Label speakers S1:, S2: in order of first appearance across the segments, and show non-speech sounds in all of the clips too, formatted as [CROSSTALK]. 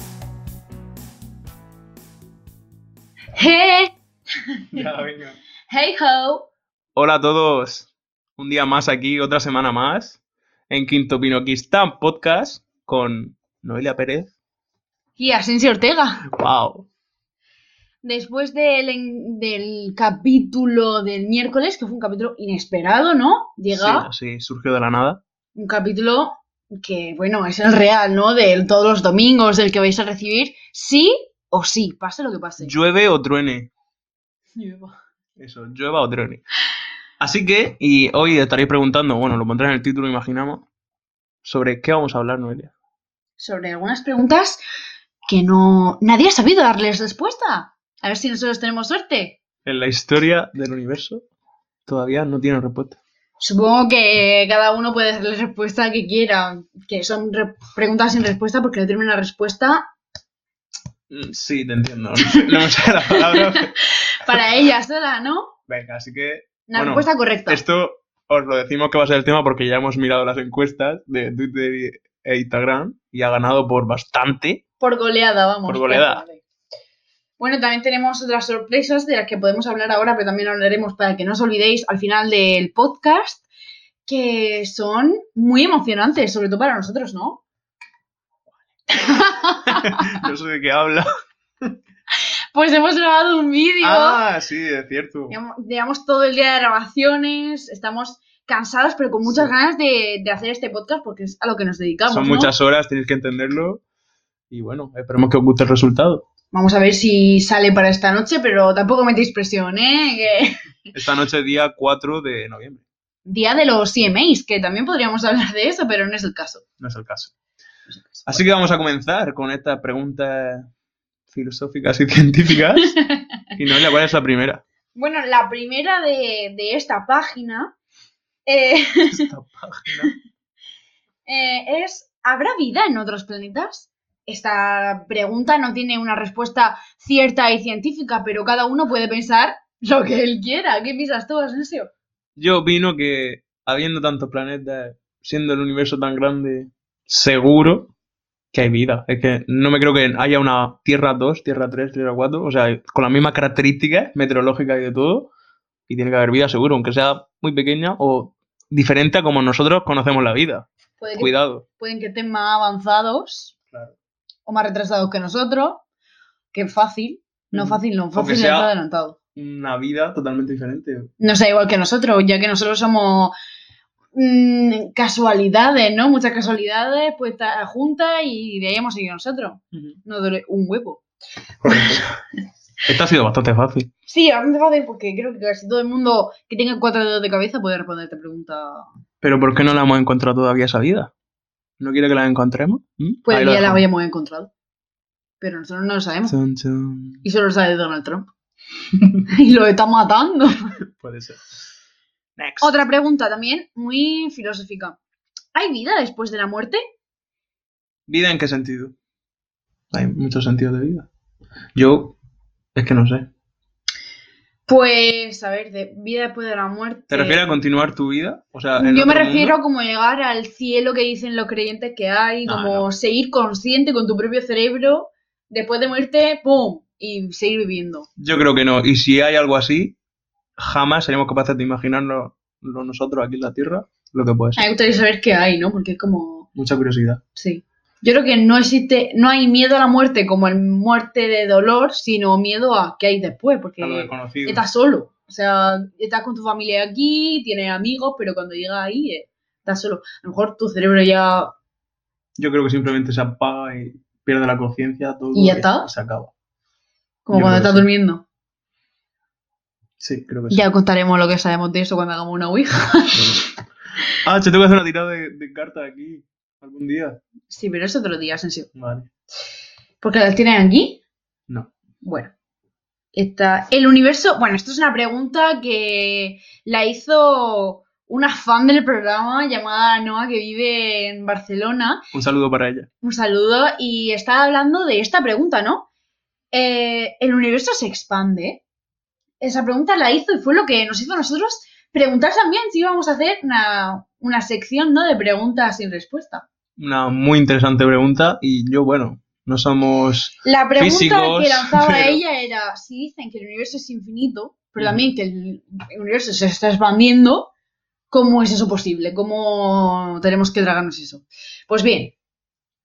S1: [LAUGHS] Hey ho.
S2: Hola a todos. Un día más aquí, otra semana más, en Quinto Pinoquistán Podcast con Noelia Pérez.
S1: Y Asensio Ortega.
S2: ¡Wow!
S1: Después del, en- del capítulo del miércoles, que fue un capítulo inesperado, ¿no? Llega
S2: Sí, así surgió de la nada.
S1: un capítulo que, bueno, es el real, ¿no? De todos los domingos, del que vais a recibir, sí o sí, pase lo que pase.
S2: Llueve o truene. Eso, llueva o truene. Así que, y hoy estaréis preguntando, bueno, lo pondré en el título, imaginamos, sobre qué vamos a hablar, Noelia.
S1: Sobre algunas preguntas que no nadie ha sabido darles respuesta. A ver si nosotros tenemos suerte.
S2: En la historia del universo todavía no tiene respuesta.
S1: Supongo que cada uno puede hacer la respuesta que quiera, que son re- preguntas sin respuesta porque no tiene una respuesta
S2: Mm, Sí, te entiendo. [LAUGHS] No sé, no sé la palabra. [LAUGHS] pero-
S1: para ella sola, ¿no?
S2: Venga, así que
S1: Una
S2: Bueno,
S1: respuesta correcta.
S2: Esto os lo decimos que va a ser el tema porque ya hemos mirado las encuestas de Twitter y- e Instagram y ha ganado por bastante.
S1: Por goleada, vamos.
S2: Por goleada.
S1: Bueno, también tenemos otras sorpresas de las que podemos hablar ahora, pero también hablaremos para que no os olvidéis al final del podcast, que son muy emocionantes, sobre todo para nosotros, ¿no?
S2: No sé de qué habla.
S1: Pues hemos grabado un vídeo.
S2: Ah, [LAUGHS] sí, es cierto.
S1: Llevamos- Llevamos todo el día de grabaciones, estamos cansados, pero con muchas
S2: Sí.
S1: ganas de, de hacer este podcast porque es a lo que nos dedicamos.
S2: Son
S1: ¿no?
S2: muchas horas, tenéis que entenderlo. Y bueno, esperemos que os guste el resultado.
S1: Vamos a ver si sale para esta noche, pero tampoco metéis presión, ¿eh? Que- [LAUGHS]
S2: Esta noche, día 4 de noviembre.
S1: Día de los CMAs, que también podríamos [LAUGHS] hablar de eso, pero no es el caso.
S2: No es el caso. Así que vamos a comenzar con estas preguntas filosóficas y [LAUGHS] científicas. Y Noelia, ¿cuál es la primera?
S1: Bueno, la primera de, de esta página eh,
S2: Esta página.
S1: eh, es, ¿habrá vida en otros planetas? Esta pregunta no tiene una respuesta cierta y científica, pero cada uno puede pensar lo que él quiera. ¿Qué piensas tú, Asensio?
S2: Yo opino que habiendo tantos planetas, siendo el universo tan grande, seguro que hay vida. Es que no me creo que haya una Tierra 2, Tierra 3, Tierra 4, o sea, con las mismas características meteorológicas y de todo, y tiene que haber vida seguro, aunque sea muy pequeña o diferente a como nosotros conocemos la vida.
S1: Puede que-
S2: Cuidado.
S1: pueden que estén más avanzados
S2: Claro.
S1: o más retrasados que nosotros. Qué fácil. No
S2: Ujú.
S1: fácil, no. Fácil es
S2: sea-
S1: estar adelantado.
S2: Una vida totalmente diferente.
S1: No sea igual que nosotros, ya que nosotros somos mm, casualidades, ¿no? Muchas casualidades puestas juntas y de ahí hemos seguido nosotros. No duele un huevo.
S2: Esta ha sido bastante fácil.
S1: Sí, a mí me fácil porque creo que casi todo el mundo que tenga cuatro dedos de cabeza puede responder esta pregunta.
S2: Pero ¿por qué no la hemos encontrado todavía esa vida? ¿No quiere que la encontremos? ¿Mm?
S1: Puede
S2: Ahí
S1: que
S2: lo
S1: ya Pues la
S2: dejamos.
S1: hayamos encontrado. Pero nosotros no lo sabemos.
S2: Chun, chun.
S1: Y solo lo sabe Donald
S2: [LAUGHS]
S1: Trump. y lo está matando.
S2: Puede ser. Next.
S1: Otra pregunta también muy filosófica. ¿Hay vida después de la muerte?
S2: ¿Vida en qué sentido? Hay muchos sentidos de vida. Yo, es que no sé.
S1: Pues, a ver, de vida después de la muerte.
S2: ¿Te refieres a continuar tu vida? O sea, en
S1: Yo me
S2: otro
S1: refiero
S2: mundo?
S1: a como llegar al cielo que dicen los creyentes que hay,
S2: Ah, No,
S1: como seguir consciente con tu propio cerebro después de muerte, ¡pum! Y seguir viviendo.
S2: Yo creo que no. Y si hay algo así, jamás seremos capaces de imaginarnos lo nosotros aquí en la Tierra, lo que puede
S1: A mí
S2: ser.
S1: me gustaría saber qué hay, ¿no? Porque es como.
S2: Mucha curiosidad.
S1: Sí. Yo creo que no existe, no hay miedo a la muerte como el muerte de dolor, sino miedo a qué hay después, porque
S2: A lo desconocido.
S1: estás solo. O sea, estás con tu familia aquí, tienes amigos, pero cuando llegas ahí, eh, estás solo. A lo mejor tu cerebro ya.
S2: Yo creo que simplemente se apaga y pierde la conciencia. todo
S1: ¿Y ya está?
S2: Se acaba.
S1: Como
S2: Yo
S1: cuando
S2: creo que
S1: estás
S2: sí.
S1: durmiendo.
S2: Sí, creo que sí.
S1: Ya contaremos lo que sabemos de eso cuando hagamos una Ouija.
S2: Ah, te tengo que hacer una tirada de, de cartas aquí. ¿Algún día?
S1: Sí, pero eso te lo dirás en sí.
S2: Vale.
S1: Porque las tienen aquí.
S2: No.
S1: Bueno. Está. El universo. Bueno, esto es una pregunta que la hizo una fan del programa llamada Noa que vive en Barcelona.
S2: Un saludo para ella.
S1: Un saludo. Y estaba hablando de esta pregunta, ¿no? Eh, ¿El universo se expande? Esa pregunta la hizo y fue lo que nos hizo a nosotros preguntar también si íbamos a hacer una, una sección, ¿no? De preguntas sin respuesta.
S2: Una muy interesante pregunta y yo, bueno, no somos...
S1: La pregunta
S2: Físicos,
S1: que lanzaba
S2: pero-
S1: ella era, si dicen que el universo es infinito, pero también que el universo se está expandiendo, ¿cómo es eso posible? ¿Cómo tenemos que tragarnos eso? Pues bien,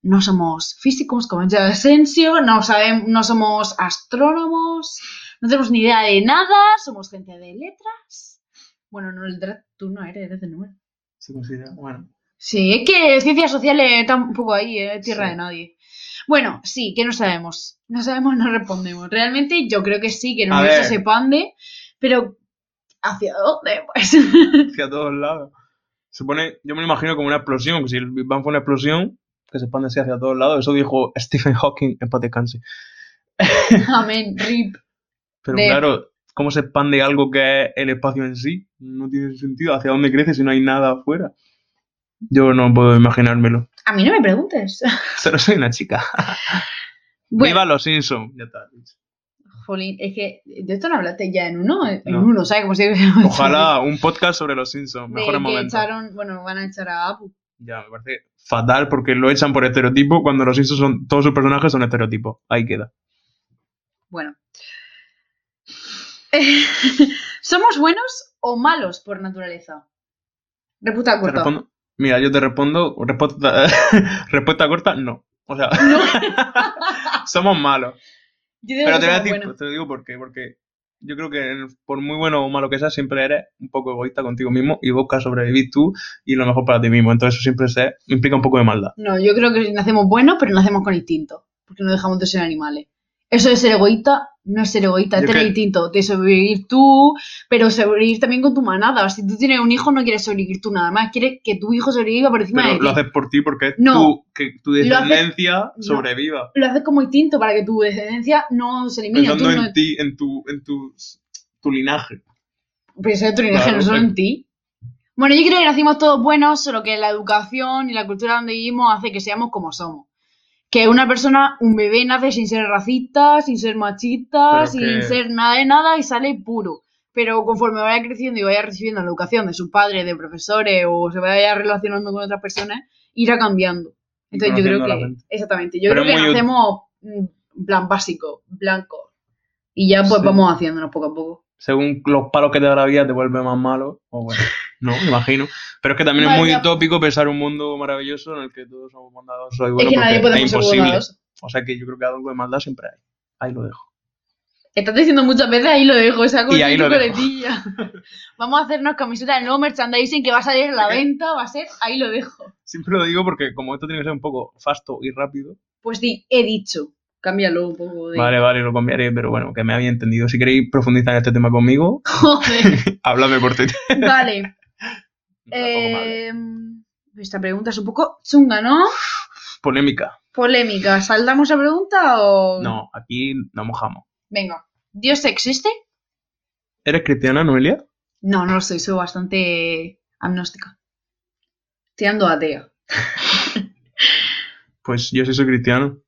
S1: no somos físicos, como ya Asensio, no, sabemos, no somos astrónomos, no tenemos ni idea de nada, somos gente de letras. Bueno, no, letra- tú no eres, eres de número.
S2: Se considera. Bueno.
S1: Sí, es que ciencias sociales tampoco ahí, eh, tierra
S2: Sí.
S1: de nadie. Bueno, sí, que no sabemos. No sabemos, no respondemos. Realmente yo creo que sí, que el
S2: A
S1: universo
S2: ver.
S1: se pande, pero ¿hacia dónde? [LAUGHS]
S2: [LAUGHS]
S1: Pues
S2: hacia todos lados. Se pone, yo me lo imagino como una explosión, que si el Big Bang fue una explosión, que se expande así hacia todos lados. Eso dijo Stephen Hawking en paz descanse.
S1: amén, rip.
S2: Pero
S1: De-
S2: claro, ¿cómo se expande algo que es el espacio en sí? No tiene sentido. ¿Hacia dónde crece si no hay nada afuera? Yo no puedo imaginármelo.
S1: A mí no me preguntes.
S2: Solo soy una chica.
S1: [LAUGHS] Bueno,
S2: ¡Viva los Simpsons! Ya está.
S1: Jolín, es que de esto no hablaste ya en uno, en
S2: No.
S1: uno, ¿sabes? Como si
S2: [LAUGHS] Ojalá un podcast sobre los Simpsons.
S1: De
S2: Mejor
S1: que
S2: momento.
S1: echaron, bueno, van a echar a Apu.
S2: Ya, me parece fatal porque lo echan por estereotipo cuando los Simpsons son, todos sus personajes son estereotipos. Ahí queda.
S1: Bueno. [LAUGHS] ¿Somos buenos o malos por naturaleza? Reputa
S2: ¿Te
S1: corta.
S2: respondo? Mira, yo te respondo. Respuesta, [LAUGHS] respuesta corta, no.
S1: [LAUGHS]
S2: O sea,
S1: No.
S2: [LAUGHS] somos malos.
S1: Yo digo
S2: Pero
S1: que
S2: te voy a
S1: somos
S2: decir,
S1: buenos.
S2: te lo digo por qué, porque yo creo que en- por muy bueno o malo que seas, siempre eres un poco egoísta contigo mismo y buscas sobrevivir tú y lo mejor para ti mismo. Entonces eso siempre se implica un poco de maldad.
S1: No, yo creo que nacemos buenos, pero nacemos con instinto. Porque no dejamos de ser animales. Eso de ser egoísta no es ser egoísta, es
S2: Yo
S1: tener
S2: que-
S1: instinto de sobrevivir tú, pero sobrevivir también con tu manada. Si tú tienes un hijo, no quieres sobrevivir tú nada más, quieres que tu hijo sobreviva por encima de
S2: Pero
S1: ti.
S2: lo haces por ti porque es
S1: eh, No.
S2: tú, que tu
S1: haces-
S2: descendencia
S1: No.
S2: sobreviva.
S1: Lo haces como instinto para que tu descendencia no se elimine.
S2: pensando
S1: tú no-
S2: en ti, en tu, en tu, tu linaje.
S1: Pensar en tu linaje,
S2: Claro,
S1: no solo
S2: sí.
S1: en ti. Bueno, yo creo que nacimos todos buenos, solo que la educación y la cultura donde vivimos hace que seamos como somos. Que una persona, un bebé nace sin ser racista, sin ser machista,
S2: Pero
S1: sin
S2: que-
S1: ser nada de nada y sale puro. Pero conforme vaya creciendo y vaya recibiendo la educación de sus padres, de profesores o se vaya relacionando con otras personas, irá cambiando.
S2: Y
S1: Entonces yo creo
S2: conociendo a la
S1: que...
S2: gente.
S1: Exactamente, yo
S2: Pero
S1: creo que
S2: muy ú-
S1: nacemos mm, en plan básico, blanco. Y ya pues
S2: Sí.
S1: vamos haciéndonos poco a poco.
S2: Según los palos que te da la vida, te vuelve más malo. O [LAUGHS] bueno, no, me imagino. Pero es que también es muy
S1: Vaya.
S2: utópico pensar un mundo maravilloso en el que todos somos bondadosos y
S1: es
S2: buenos
S1: que nadie
S2: porque es
S1: podemos ser
S2: imposible.
S1: bondadosos.
S2: O sea que yo creo que algo de maldad siempre hay. Ahí lo dejo.
S1: Estás diciendo muchas veces, ahí lo dejo, esa
S2: Y ahí lo dejo.
S1: coletilla. [LAUGHS] Vamos a hacernos camisetas del nuevo merchandising que va a salir a la
S2: ¿Qué?
S1: venta, va a ser, ahí lo dejo.
S2: Siempre lo digo porque como esto tiene que ser un poco fasto y rápido.
S1: Pues di, he dicho, cámbialo un poco de...
S2: Vale, vale, lo cambiaré, pero bueno, que me había entendido. Si queréis profundizar en este tema conmigo,
S1: [LAUGHS]
S2: [LAUGHS]
S1: Joder,
S2: háblame por Twitter.
S1: vale.
S2: [LAUGHS] Tampoco me
S1: Eh,
S2: hables.
S1: esta pregunta es un poco chunga, ¿no?
S2: Polémica.
S1: Polémica, ¿saldamos la pregunta o...?
S2: No, aquí nos mojamos.
S1: Venga, ¿Dios existe?
S2: ¿Eres cristiana, Noelia?
S1: No, no lo soy, soy bastante agnóstica. Tirando atea.
S2: Pues yo sí soy cristiano.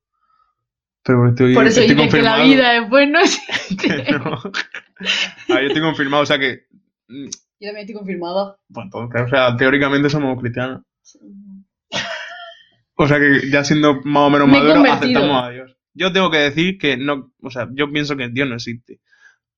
S2: Pero estoy,
S1: Por eso
S2: estoy
S1: dicen que la
S2: confirmado.
S1: vida después [LAUGHS] no existe.
S2: que [LAUGHS] no. Ah, yo estoy confirmado, o sea que. mm,
S1: Yo también estoy confirmada.
S2: Pues entonces, o sea, teóricamente somos cristianos. O sea que ya siendo más o menos
S1: Me he
S2: maduros,
S1: convertido.
S2: aceptamos a Dios. Yo tengo que decir que no. O sea, yo pienso que Dios no existe.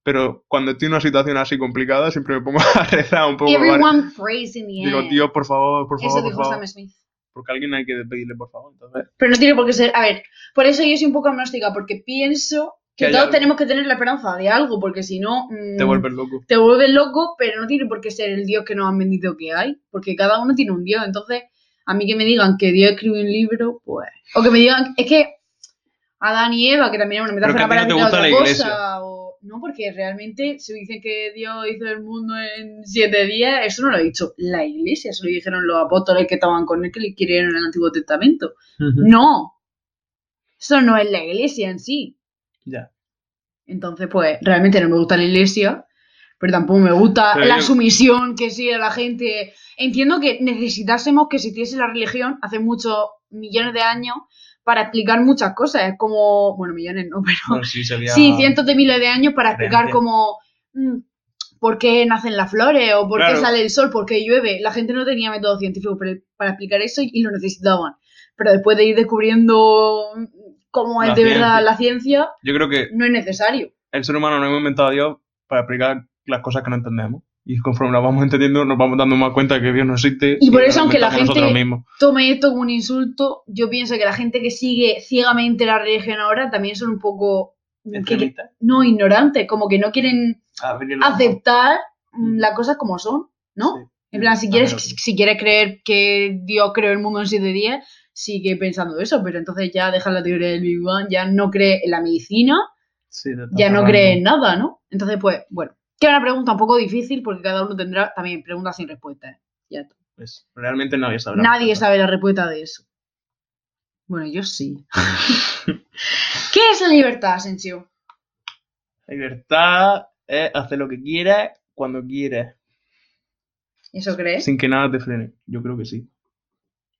S2: Pero cuando estoy en una situación así complicada, siempre me pongo [LAUGHS] a rezar un poco. ¿vale?
S1: Everyone prays in the
S2: Digo,
S1: end.
S2: Dios, por favor, por
S1: Eso
S2: favor, por
S1: dijo
S2: favor.
S1: Sam Smith.
S2: Porque a alguien hay que pedirle, por favor. Entonces,
S1: Pero no tiene por qué ser. A ver, por eso yo soy un poco agnóstica, porque pienso que,
S2: Que hay
S1: todos
S2: algo.
S1: tenemos que tener la esperanza de algo, porque si no. mm,
S2: te vuelves loco.
S1: [LAUGHS] te vuelves loco, pero no tiene por qué ser el Dios que nos han vendido que hay, porque cada uno tiene un Dios. Entonces, a mí que me digan que Dios escribe un libro, pues. O que me digan. Es que. Adán y Eva, que también es una
S2: Pero que
S1: metáfora
S2: a ti
S1: para
S2: no te
S1: decir
S2: gusta
S1: otra
S2: la
S1: cosa. O... No, porque realmente si dicen que Dios hizo el mundo en siete días, eso no lo ha dicho la iglesia, eso lo dijeron los apóstoles que estaban con él, que le querían en el Antiguo Testamento. No, eso no es la iglesia en sí.
S2: Ya.
S1: Entonces, pues, realmente no me gusta la iglesia, pero tampoco me gusta
S2: Pero
S1: la
S2: yo-
S1: sumisión que sigue la gente. Entiendo que necesitásemos que existiese la religión hace muchos millones de años para explicar muchas cosas. Es como, bueno, millones no, [LAUGHS] pero
S2: Bueno, sí, sería.
S1: sí, cientos de miles de años para explicar
S2: Creencia.
S1: como mm, por qué nacen las flores o por
S2: Claro.
S1: qué sale el sol, por qué llueve. La gente no tenía método científico para, para explicar eso y, y lo necesitaban. Pero después de ir descubriendo mm, cómo es
S2: La
S1: de verdad
S2: ciencia.
S1: la ciencia,
S2: Yo creo que
S1: no es necesario.
S2: el ser humano no hemos inventado a Dios para explicar las cosas que no entendemos. Y conforme las vamos entendiendo, nos vamos dando más cuenta de que Dios no existe.
S1: Y por
S2: que
S1: eso, aunque la
S2: inventamos
S1: gente-
S2: nosotros mismos.
S1: Tome esto como un insulto. Yo pienso que la gente que sigue ciegamente la religión ahora también son un poco. mm, que-
S2: Extremista.
S1: no, ignorantes, como que no quieren
S2: Abrir los ojos.
S1: aceptar mm, las cosas como son, ¿no?
S2: Sí.
S1: En plan, si
S2: Ah,
S1: quieres,
S2: claro.
S1: si quieres creer que Dios creó el mundo en siete días, sigue pensando eso, pero entonces ya deja la teoría del Big Bang, ya no cree en la medicina,
S2: Sí, te estás
S1: ya no
S2: cerrando.
S1: cree en nada, ¿no? Entonces, pues, bueno, que es una pregunta un poco difícil porque cada uno tendrá también preguntas sin respuesta. ¿eh? Ya está.
S2: Pues, realmente nadie sabe.
S1: Nadie sabe la respuesta de eso. Bueno, yo sí. ¿Qué es la libertad, Asensio?
S2: La libertad es hacer lo que quieras, cuando quieras.
S1: ¿Eso crees?
S2: Sin que nada te frene. Yo creo que sí.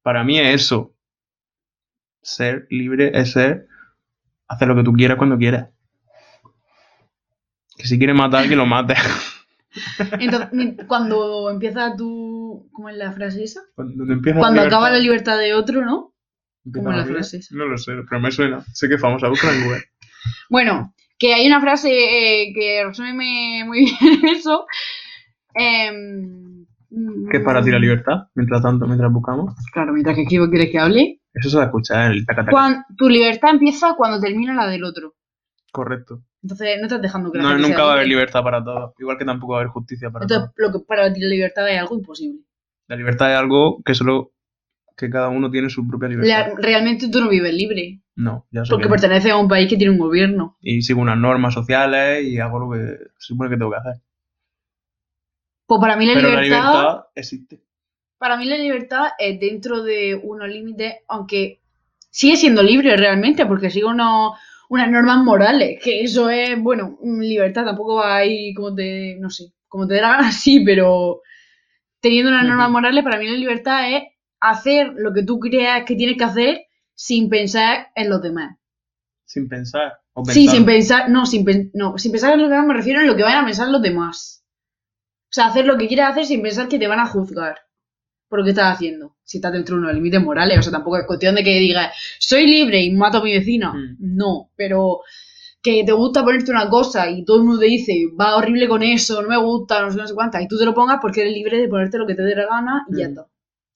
S2: Para mí es eso. Ser libre es ser hacer lo que tú quieras cuando quieras. Que si quieres matar, que lo mates.
S1: [LAUGHS] Entonces, mi- cuando empieza tu. ¿Cómo es la frase esa?
S2: Cuando, te empiezas
S1: Cuando
S2: libertad,
S1: acaba la libertad de otro, ¿no?
S2: empieza
S1: como la
S2: vida.
S1: frase esa.
S2: No lo sé, pero me suena. Sé que es famosa. Búscala en Google.
S1: Bueno, que hay una frase eh, que resume muy [LAUGHS] bien eso. Em,
S2: ¿Qué es para ti la libertad? Mientras tanto, mientras buscamos.
S1: Claro, mientras que escribo, ¿quieres que hable?
S2: Eso se va a escuchar el taca, taca.
S1: Cuan- tu libertad empieza cuando termina la del otro.
S2: Correcto.
S1: Entonces, no estás dejando que la
S2: No,
S1: gente sea
S2: nunca va a haber
S1: libre.
S2: libertad para todos. Igual que tampoco va a haber justicia para todos.
S1: Entonces, lo que para ti la libertad es algo imposible.
S2: La libertad es algo que solo que cada uno tiene su propia libertad.
S1: La- realmente tú no vives libre,
S2: No, ya sé.
S1: porque
S2: que no.
S1: perteneces a un país que tiene un gobierno.
S2: Y sigo unas normas sociales y hago lo que se supone que tengo que hacer.
S1: Pues para mí la
S2: Pero la
S1: libertad
S2: libertad existe.
S1: Para mí la libertad es dentro de unos límites, aunque sigue siendo libre realmente, porque sigue uno- unas normas morales, que eso es, bueno, mm, libertad tampoco va ahí como te, no sé, como te dé la gana, [LAUGHS] sí, pero teniendo unas
S2: Ujú.
S1: normas morales, para mí la libertad es hacer lo que tú creas que tienes que hacer sin pensar en los demás.
S2: Sin pensar. O
S1: Sí,
S2: pensar.
S1: sin pensar, no, sin, pen- no, sin pensar en lo que me refiero en lo que vayan a pensar los demás. O sea, hacer lo que quieras hacer sin pensar que te van a juzgar por lo que estás haciendo. Si estás dentro de unos límites morales, o sea, tampoco es cuestión de que digas, soy libre y mato a mi vecina.
S2: Mm.
S1: No, pero que te gusta ponerte una cosa y todo el mundo te dice, va horrible con eso, no me gusta, no sé, no sé cuántas, y tú te lo pongas porque eres libre de ponerte lo que te dé la gana y ya
S2: Mm.
S1: está.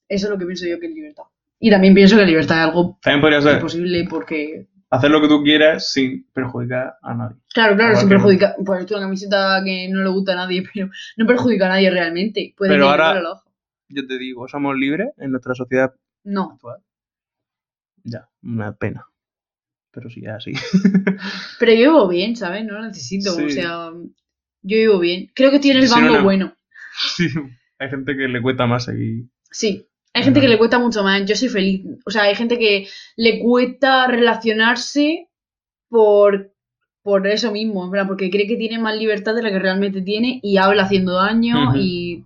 S1: Eso es lo que pienso yo que es libertad. Y también pienso que libertad es algo
S2: También podría ser
S1: imposible porque
S2: hacer lo que tú quieras sin perjudicar a nadie.
S1: Claro, claro,
S2: Igual
S1: sin
S2: que no.
S1: perjudicar. Ponerte una camiseta que no le gusta a nadie, [LAUGHS] pero no perjudica a nadie realmente. Puede
S2: Pero
S1: que
S2: ahora-
S1: no lo haga.
S2: Yo te digo, somos libres en nuestra sociedad
S1: No,
S2: actual. Ya, una pena. Pero sí, es así.
S1: pero yo vivo bien, ¿sabes? No lo necesito.
S2: Sí.
S1: O sea, yo vivo bien. Creo que estoy en el
S2: Sí,
S1: bando
S2: no.
S1: bueno.
S2: [LAUGHS] sí. Hay gente que le cuesta más seguir.
S1: Sí. Hay gente que
S2: Ajá.
S1: le cuesta mucho más. Yo soy feliz. O sea, hay gente que le cuesta relacionarse por, por eso mismo, en plan, porque cree que tiene más libertad de la que realmente tiene y habla haciendo daño
S2: Ujú.
S1: y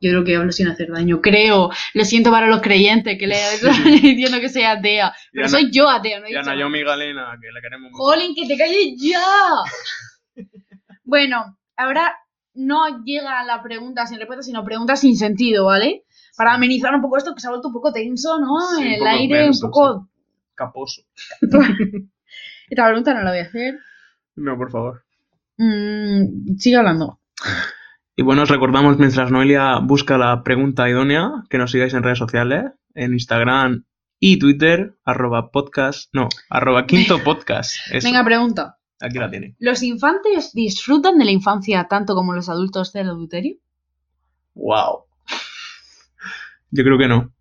S1: yo creo que hablo sin hacer daño. Creo. Lo siento para los creyentes que le [LAUGHS]
S2: Sí.
S1: diciendo que soy atea.
S2: Y
S1: Pero
S2: Ana-
S1: soy yo atea, no he
S2: y
S1: dicho
S2: Ana
S1: nada.
S2: Naomi Galena, que la queremos mucho.
S1: Jolín, que te calles ya. bueno, ahora no llega la pregunta sin respuesta, sino pregunta sin sentido, ¿vale? Para amenizar un poco esto, que se ha vuelto un poco tenso, ¿no?
S2: Sí, un
S1: el
S2: poco
S1: aire,
S2: denso,
S1: un poco. [LAUGHS]
S2: Caposo.
S1: Esta pregunta no la voy a hacer.
S2: No, por favor.
S1: Mm, sigue hablando.
S2: Y bueno, os recordamos mientras Noelia busca la pregunta idónea, que nos sigáis en redes sociales, en Instagram y Twitter, arroba podcast, no, arroba
S1: [LAUGHS]
S2: quinto podcast. Eso,
S1: Venga, pregunta.
S2: aquí la tiene.
S1: ¿Los infantes disfrutan de la infancia tanto como los adultos del adulterio?
S2: Wow. Yo creo que no,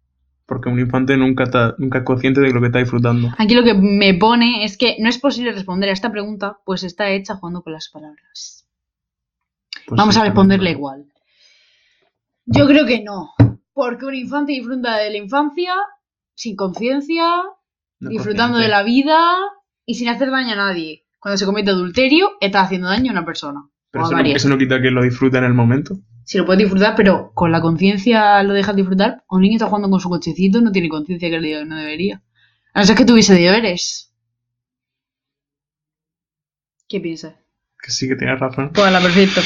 S2: porque un infante nunca está, nunca es consciente de lo que está disfrutando.
S1: Aquí lo que me pone es que no es posible responder a esta pregunta, pues está hecha jugando con las palabras.
S2: Pues
S1: Vamos
S2: sí,
S1: a responderle
S2: también.
S1: igual. Yo creo que no. Porque un infante disfruta de la infancia sin conciencia,
S2: No es
S1: disfrutando de
S2: consciente.
S1: la vida y sin hacer daño a nadie. Cuando se comete adulterio, estás haciendo daño a una persona. o
S2: Pero
S1: a
S2: eso, no,
S1: varias.
S2: eso no quita que lo disfrute en el momento.
S1: Si lo puedes disfrutar, pero con la conciencia lo dejas disfrutar. Un niño está jugando con su cochecito, no tiene conciencia que le diga que no debería. A no ser que tuviese deberes. ¿Qué piensas?
S2: Que sí que tienes razón.
S1: Pues la perfecto.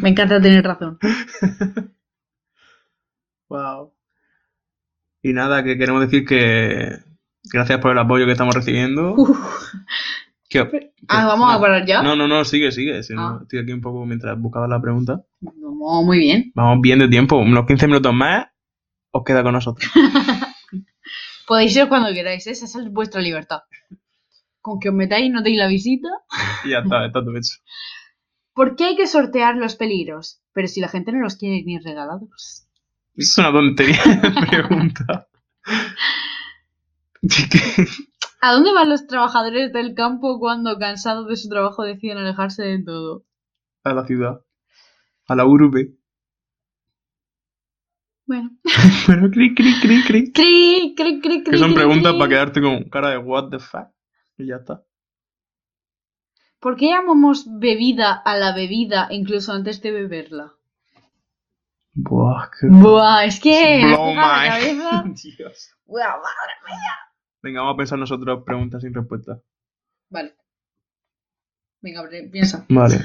S1: [LAUGHS] Me encanta tener razón.
S2: Pues Wow. Y nada, que queremos decir que gracias por el apoyo que estamos recibiendo.
S1: Uf.
S2: ¿Qué-
S1: Ah, vamos a
S2: no.
S1: parar ya.
S2: No, no, no, sigue, sigue. Si no,
S1: Ah.
S2: estoy aquí un poco mientras buscaba la pregunta.
S1: No, muy bien.
S2: Vamos bien de tiempo, unos 15 minutos más os queda con nosotros.
S1: Podéis ir cuando queráis, ¿eh? esa es vuestra libertad. Con que os metáis y no deis la visita.
S2: Y ya está, está todo hecho.
S1: ¿Por qué hay que sortear los peligros? Pero si la gente no los quiere ni regalados.
S2: Es una tontería
S1: [LAUGHS]
S2: de pregunta. Es que-
S1: ¿A dónde van los trabajadores del campo cuando, cansados de su trabajo, deciden alejarse de todo?
S2: A la ciudad. A la urbe. [LAUGHS]
S1: Bueno.
S2: Bueno, cri, cri, cri, cri.
S1: Cri, cri, cri,
S2: Que
S1: cri,
S2: son
S1: cri,
S2: preguntas
S1: cri.
S2: para quedarte con cara de what the fuck. Y ya está.
S1: ¿Por qué llamamos bebida a la bebida incluso antes de beberla?
S2: Buah,
S1: [LAUGHS]
S2: qué... eh.
S1: Buah, es que... me
S2: Blow
S1: has dejado la
S2: my- [LAUGHS]
S1: cabeza.
S2: Dios.
S1: Buah, madre.
S2: Venga, vamos a pensar nosotros preguntas sin respuesta.
S1: Vale. Venga, hombre, piensa.
S2: Vale.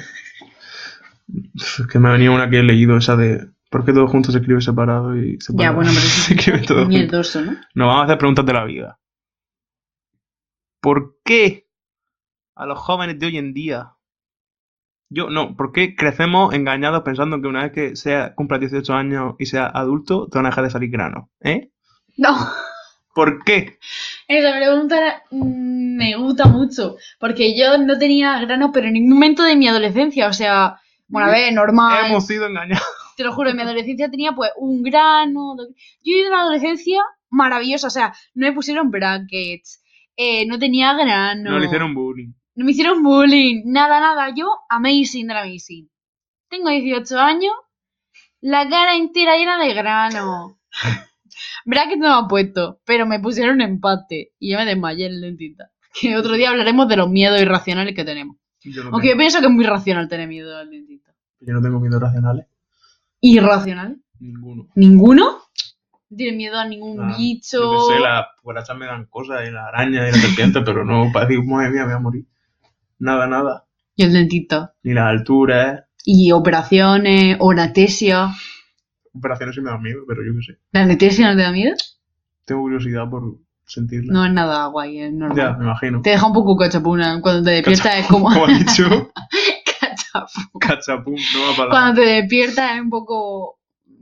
S2: Uf, Es que me ha venido una que he leído, esa de ¿por qué todo junto se escribe separado y separado?
S1: Ya, bueno,
S2: [LAUGHS]
S1: pero eso
S2: se escribe todo junto?
S1: mierdoso, ¿no?
S2: Nos vamos a hacer preguntas de la vida. ¿Por qué a los jóvenes de hoy en día? Yo, no, ¿por qué crecemos engañados pensando que una vez que sea, cumpla 18 años y sea adulto, te van a dejar de salir grano? ¿Eh?
S1: No.
S2: ¿Por qué?
S1: Esa pregunta mm, me gusta mucho, porque yo no tenía granos, pero en ningún momento de mi adolescencia, o sea, bueno, a ver, normal,
S2: Hemos sido engañados.
S1: te lo juro, en mi adolescencia tenía pues un grano, do- yo he ido una adolescencia maravillosa, o sea, no me pusieron brackets, eh, no tenía grano,
S2: No. le hicieron bullying.
S1: no me hicieron bullying, nada, nada, yo amazing, de la amazing. Tengo 18 años, la cara entera llena de
S2: [LAUGHS]
S1: grano. Brackets no me han puesto, pero me pusieron empate y yo me desmayé en el dentista. Que otro día hablaremos de los miedos irracionales que tenemos.
S2: Yo no,
S1: Aunque yo pienso que es muy irracional tener miedo al dentista.
S2: tengo, yo no tengo miedos racionales.
S1: ¿Irracional?
S2: Ninguno.
S1: ¿Ninguno? No tiene miedo a ningún
S2: Ah,
S1: bicho.
S2: Yo qué sé, las cucarachas me dan cosas y las arañas y las serpientes, pero no, para decir, madre mía, me voy a morir. Nada, nada.
S1: Y el dentista.
S2: Ni las alturas,
S1: Y operaciones, o anestesia.
S2: operaciones sí me dan miedo, pero yo qué sé.
S1: ¿La anestesia no te da miedo?
S2: Tengo curiosidad por sentirla.
S1: No es nada guay, es normal.
S2: ya, me imagino.
S1: Te deja un poco cachapuna. Cuando te despiertas es como.
S2: [LAUGHS] Como ha dicho,
S1: Cachapuna.
S2: cachapum, no va
S1: [LAUGHS]
S2: para
S1: Cuando te despiertas es un poco.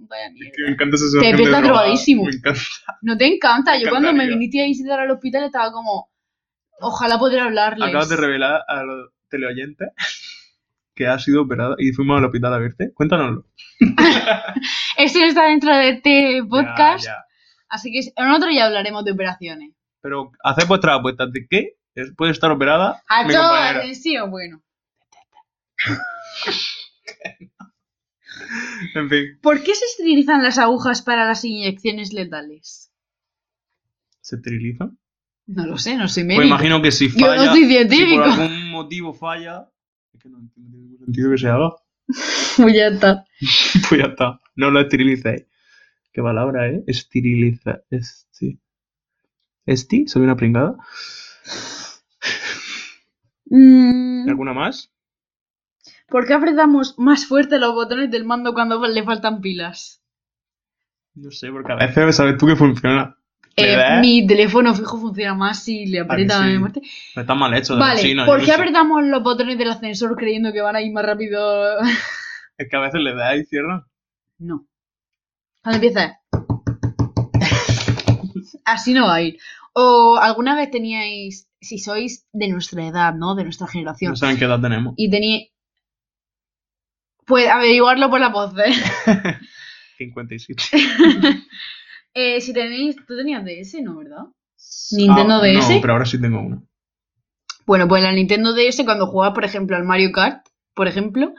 S1: Vaya mierda.
S2: me encanta esa sensación
S1: despiertas
S2: de drogado.
S1: drogadísimo.
S2: Me encanta.
S1: No te encanta. Yo cuando me
S2: encantaría.
S1: viniste a visitar al hospital estaba como. Ojalá poder hablarles.
S2: Acabas de revelar a los teleoyentes que has sido operada y fuimos al hospital a verte. Cuéntanoslo.
S1: Esto no está dentro de este
S2: Ya,
S1: podcast.
S2: ya.
S1: Así que en otro ya hablaremos de operaciones.
S2: Pero haced vuestras apuestas de que puede estar operada
S1: A
S2: mi
S1: todo
S2: compañera.
S1: atención, bueno.
S2: En fin.
S1: ¿Por qué se esterilizan las agujas para las inyecciones letales?
S2: ¿Se esterilizan?
S1: No lo sé, no soy
S2: Pues
S1: médico.
S2: imagino que si
S1: Yo
S2: falla,
S1: no soy
S2: si por
S1: científico.
S2: algún motivo falla, es que no entiendo tiene ningún sentido que se haga,
S1: [LAUGHS]
S2: [LAUGHS]
S1: Pues ya está.
S2: pues ya está, no lo esterilizáis. Qué palabra, ¿eh? Esteriliza. Esti. ¿Esti? ¿Soy una pringada?
S1: Mm.
S2: ¿Alguna más?
S1: ¿Por qué apretamos más fuerte los botones del mando cuando le faltan pilas?
S2: No sé, porque a veces sabes tú que funciona. ¿Le
S1: Eh,
S2: das?
S1: mi teléfono fijo funciona más si le
S2: ¿A que
S1: aprieta
S2: sí?
S1: más fuerte.
S2: Pero Está mal hecho de
S1: Vale,
S2: los chinos.
S1: ¿por
S2: yo
S1: qué
S2: qué sé.
S1: apretamos los botones del ascensor creyendo que van a ir más rápido? [LAUGHS]
S2: Es que a veces le das y cierran.
S1: No. Cuando empieza. [LAUGHS] Así no va a ir. O alguna vez teníais, si sois de nuestra edad, ¿no? De nuestra generación.
S2: No saben qué edad tenemos.
S1: Y teníais... Pues averiguarlo por la voz, ¿eh? [LAUGHS]
S2: 57.
S1: Eh, si tenéis... Tú tenías DS, ¿no? ¿Verdad?
S2: Ah,
S1: ¿Nintendo DS?
S2: No, pero ahora sí tengo uno.
S1: Bueno, pues la Nintendo DS cuando jugaba, por ejemplo, al Mario Kart, por ejemplo,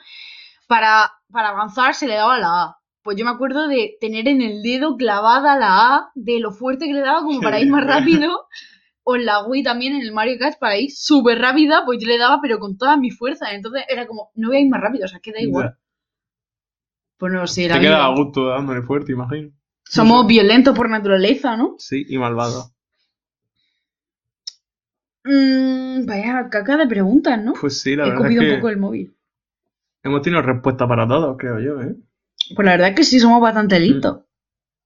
S1: para, para avanzar se le daba la A. Pues yo me acuerdo de tener en el dedo clavada la A de lo fuerte que le daba como para ir
S2: [LAUGHS]
S1: más rápido. O en la Wii también en el Mario Kart para ir súper rápida, pues yo le daba pero con toda mi fuerza. Entonces era como, no voy a ir más rápido, o sea, que da igual. Pues no lo sé, la
S2: Te queda
S1: vida.
S2: a gusto dándole fuerte, imagino.
S1: Somos
S2: sé.
S1: violentos por naturaleza, ¿no?
S2: Sí, y malvado.
S1: Mm, vaya caca de preguntas, ¿no?
S2: Pues sí, la
S1: He
S2: verdad
S1: copiado un
S2: es
S1: poco
S2: que
S1: el móvil.
S2: hemos tenido respuesta para todos, creo yo, ¿eh?
S1: Pues la verdad es que sí somos bastante listos.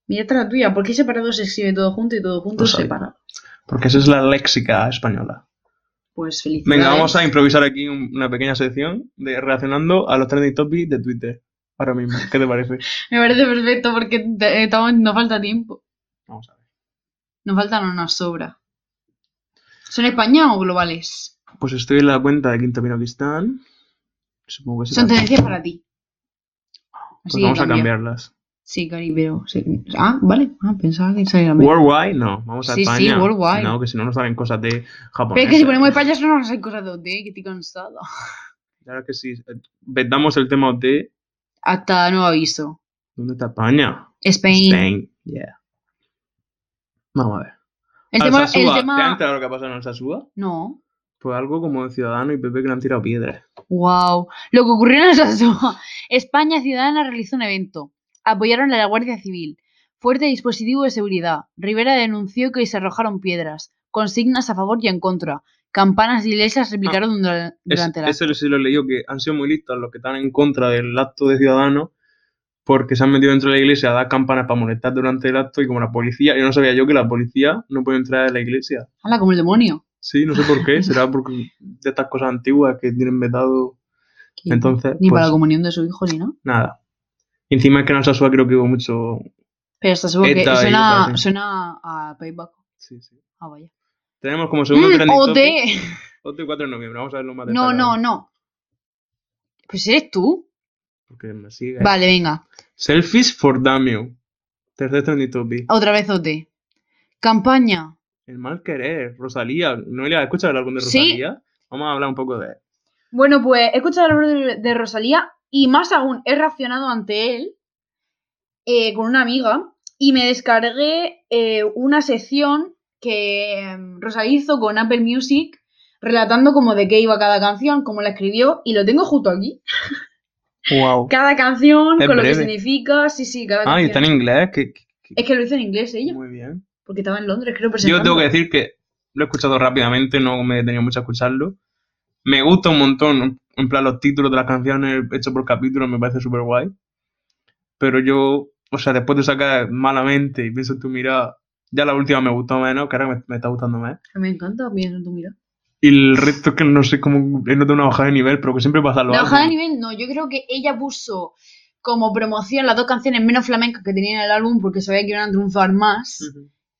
S1: Mira esta es la tuya, ¿por qué
S2: Pues
S1: separado se exhibe todo junto y todo junto
S2: No
S1: se
S2: sabía.
S1: separa?
S2: Porque esa es la léxica española.
S1: Pues felicidades.
S2: Venga, vamos a improvisar aquí un- una pequeña sección de reaccionando a los trending topics de Twitter. Ahora mismo, ¿qué
S1: [LAUGHS]
S2: te parece?
S1: Me parece perfecto porque eh, estamos- no falta tiempo.
S2: Vamos a ver.
S1: Nos faltan unas sobra. ¿Son España o globales?
S2: Pues estoy en la cuenta de Quinto Pinoquistán. Supongo que sí.
S1: Son
S2: también.
S1: tendencias para ti.
S2: Pues
S1: Así
S2: vamos
S1: cambio.
S2: a cambiarlas.
S1: Sí, Cari, pero... sí. Ah, vale. Ah, pensaba que salía la misma.
S2: Worldwide, no. Vamos a
S1: Sí, sí,
S2: España.
S1: worldwide.
S2: No, que si no nos salen cosas de Japón.
S1: Pero es que si ponemos España solo nos hay cosas 2D, que estoy cansada.
S2: Claro que sí. Vendamos el tema de...
S1: Hasta nuevo aviso.
S2: ¿Dónde está España?
S1: Spain.
S2: Spain. Yeah. Vamos a ver.
S1: El
S2: Al
S1: tema... El
S2: Sasúa, ¿Te ha
S1: tema...
S2: enterado lo que ha pasado en el Sasúa?
S1: No.
S2: Pues algo como de Ciudadano y PP que le han tirado piedras.
S1: Wow. Lo que ocurrió en el Sasúa. [LAUGHS] España Ciudadana realizó un evento. Apoyaron a la Guardia Civil. Fuerte dispositivo de seguridad. Rivera denunció que se arrojaron piedras. Consignas a favor y en contra. Campanas y iglesias replicaron dura-
S2: Ah, Es-
S1: durante la...
S2: Eso sí lo leí yo, que han sido muy listos los que están en contra del acto de Ciudadano porque se han metido dentro de la iglesia a dar campanas para molestar durante el acto y como la policía, yo no sabía yo que la policía no puede entrar a la iglesia.
S1: Hala, como el demonio.
S2: Sí, no sé por
S1: [LAUGHS]
S2: qué, será porque de estas cosas antiguas que tienen vetado.
S1: Que-
S2: Entonces,
S1: Ni para
S2: pues-
S1: la comunión de su hijo, ni no.
S2: Nada. Y Encima es que en Alsasua creo que hubo mucho...
S1: Pero hasta supongo que
S2: ETA y cosas
S1: suena,
S2: así.
S1: suena a Payback.
S2: Sí, sí.
S1: Ah, vaya.
S2: Tenemos como segundo
S1: Mm,
S2: trending
S1: o
S2: topic,
S1: de...
S2: OT 4 de noviembre, vamos a verlo más
S1: No, no, no. Pues eres tú.
S2: Porque me sigue.
S1: Vale, venga.
S2: Selfies for Damio. Tercer trending topic.
S1: Otra vez OT. Campaña.
S2: El mal querer, Rosalía. Noelia, ¿escuchas el álbum de
S1: Sí.
S2: Rosalía? Vamos a hablar un poco de él.
S1: Bueno, pues he escuchado el nombre de, de Rosalía y más aún he reaccionado ante él eh, con una amiga y me descargué eh, una sección que em, Rosalía hizo con Apple Music relatando como de qué iba cada canción, cómo la escribió y lo tengo justo aquí.
S2: Wow.
S1: Cada canción,
S2: Es
S1: con lo
S2: breve.
S1: que significa, sí, sí, cada
S2: Ah, y está
S1: canción.
S2: en inglés. Que, que- que-
S1: Es que lo hizo en inglés ella,
S2: Muy bien.
S1: porque estaba en Londres, creo,
S2: Yo
S1: presentando.
S2: tengo que decir que lo he escuchado rápidamente, no me he detenido mucho a escucharlo. Me gusta un montón, en plan, los títulos de las canciones hechos por capítulos me parece súper guay. Pero yo, o sea, después de sacar malamente y pienso en tu mirada, ya la última me gustó menos, que ahora me, me está gustando más.
S1: Me encanta, mira, tú mira.
S2: Y el resto que no sé cómo, he notado una bajada de nivel, pero que siempre pasa lo
S1: La bajada de nivel, no. Yo creo que ella puso como promoción las dos canciones menos flamencas que tenía en el álbum porque sabía que iban a triunfar más.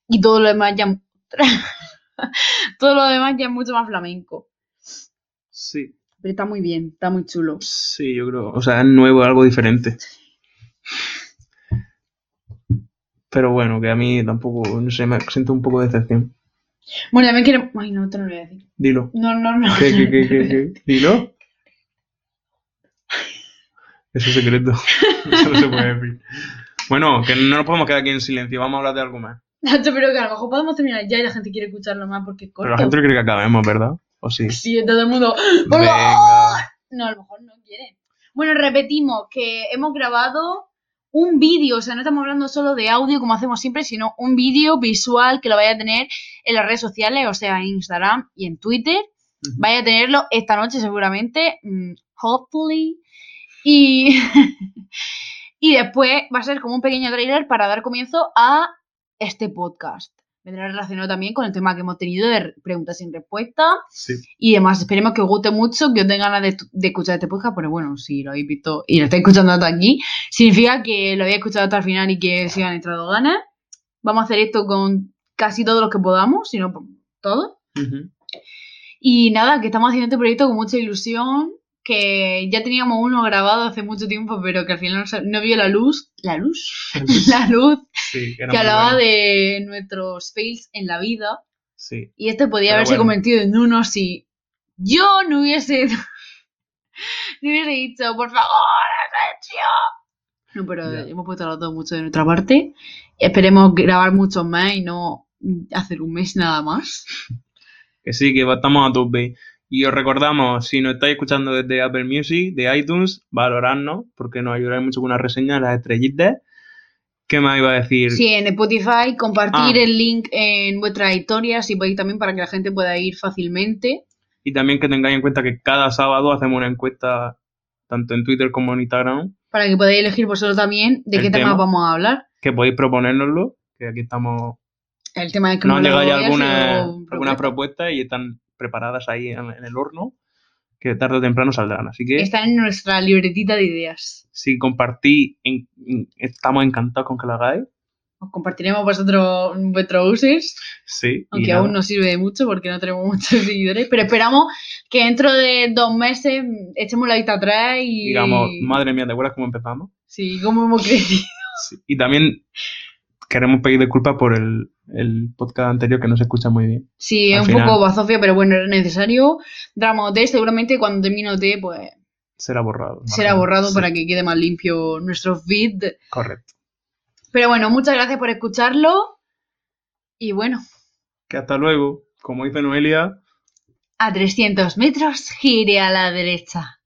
S1: Y todo lo demás ya. [LAUGHS] todo lo demás ya es mucho más flamenco.
S2: Sí,
S1: Pero está muy bien, está muy chulo.
S2: sí, yo creo. O sea, es nuevo, algo diferente. Pero bueno, que a mí tampoco, no sé, me siento un poco de decepción.
S1: Bueno, también quiero. Ay, no, te lo voy a decir.
S2: Dilo.
S1: No, no, no.
S2: ¿Qué, qué, qué, qué, qué? Dilo. Es un secreto. [LAUGHS] Eso no se puede decir. Bueno, que no nos podemos quedar aquí en silencio. Vamos a hablar de algo más.
S1: [LAUGHS] Nacho, pero que a lo mejor podemos terminar ya y la gente quiere escucharlo más porque es
S2: Pero
S1: corto.
S2: la gente cree que acabemos, ¿verdad? ¿O sí?
S1: Sí, todo el mundo. ¡Por favor!
S2: Venga.
S1: No, a lo mejor no quieren. Bueno, repetimos que hemos grabado un vídeo, o sea, no estamos hablando solo de audio como hacemos siempre, sino un vídeo visual que lo vaya a tener en las redes sociales, o sea, en Instagram y en Twitter. Vaya a tenerlo esta noche seguramente, mm, hopefully. Y, [LAUGHS] y después va a ser como un pequeño trailer para dar comienzo a este podcast. Vendrá relacionado también con el tema que hemos tenido de preguntas sin respuesta
S2: Sí.
S1: y demás. Esperemos que os guste mucho, que os den ganas de, de escuchar este podcast, pero bueno, si lo habéis visto y lo estáis escuchando hasta aquí, significa que lo habéis escuchado hasta el final y que se han entrado ganas. Vamos a hacer esto con casi todos los que podamos, si no pues, todos.
S2: Ujú.
S1: Y nada, que estamos haciendo este proyecto con mucha ilusión, que ya teníamos uno grabado hace mucho tiempo, pero que al final no, se- no vio la luz, la
S2: [LAUGHS]
S1: luz, la luz,
S2: Sí, era
S1: que
S2: muy
S1: hablaba
S2: bueno.
S1: de nuestros fails en la vida.
S2: Sí.
S1: Y este podía
S2: Pero
S1: haberse
S2: bueno.
S1: convertido en uno si yo no hubiese. [LAUGHS] no hubiese dicho, por favor, atención. No, pero
S2: Ya.
S1: hemos puesto los dos mucho de nuestra parte. Esperemos grabar muchos más y no mm, hacer un mes nada más.
S2: Que sí, que estamos a tope. Y os recordamos, si nos estáis escuchando desde Apple Music, de iTunes, valoradnos, porque nos ayudáis mucho con una reseña, las estrellitas. ¿Qué más iba a decir?
S1: Sí, en Spotify, compartir
S2: Ah.
S1: el link en vuestras historias y podéis también para que la gente pueda ir fácilmente.
S2: Y también que tengáis en cuenta que cada sábado hacemos una encuesta, tanto en Twitter como en Instagram,
S1: Para que podáis elegir vosotros también de
S2: El
S1: qué temas
S2: tema.
S1: vamos a hablar.
S2: que podéis proponérnoslo, que aquí estamos...
S1: El tema es que
S2: Nos han
S1: lo
S2: llegado ya
S1: había
S2: algunas
S1: sido
S2: algunas
S1: propuesta.
S2: propuestas y están preparadas ahí en, en el horno que tarde o temprano saldrán. Así que
S1: Está en nuestra libretita de ideas.
S2: si compartí, en- en- estamos encantados con que lo hagáis.
S1: Os compartiremos vosotros vuestros uses,
S2: Sí. y
S1: aunque
S2: nada.
S1: aún no sirve de mucho porque no tenemos [LAUGHS] muchos seguidores, pero esperamos que dentro de dos meses echemos la vista atrás y
S2: Digamos, madre mía, ¿te acuerdas cómo empezamos?
S1: sí, cómo hemos crecido.
S2: Sí, Y también queremos pedir disculpas por el, el podcast anterior que no se escucha muy bien.
S1: Sí,
S2: Al
S1: es un
S2: final.
S1: poco bazofia, pero bueno, era necesario. Drama T, seguramente cuando termine T, pues
S2: Será borrado.
S1: será borrado
S2: Sí,
S1: para que quede más limpio nuestro feed.
S2: Correcto.
S1: Pero bueno, muchas gracias por escucharlo. Y bueno,
S2: Que hasta luego. Como dice Noelia,
S1: a 300 metros gire a la derecha.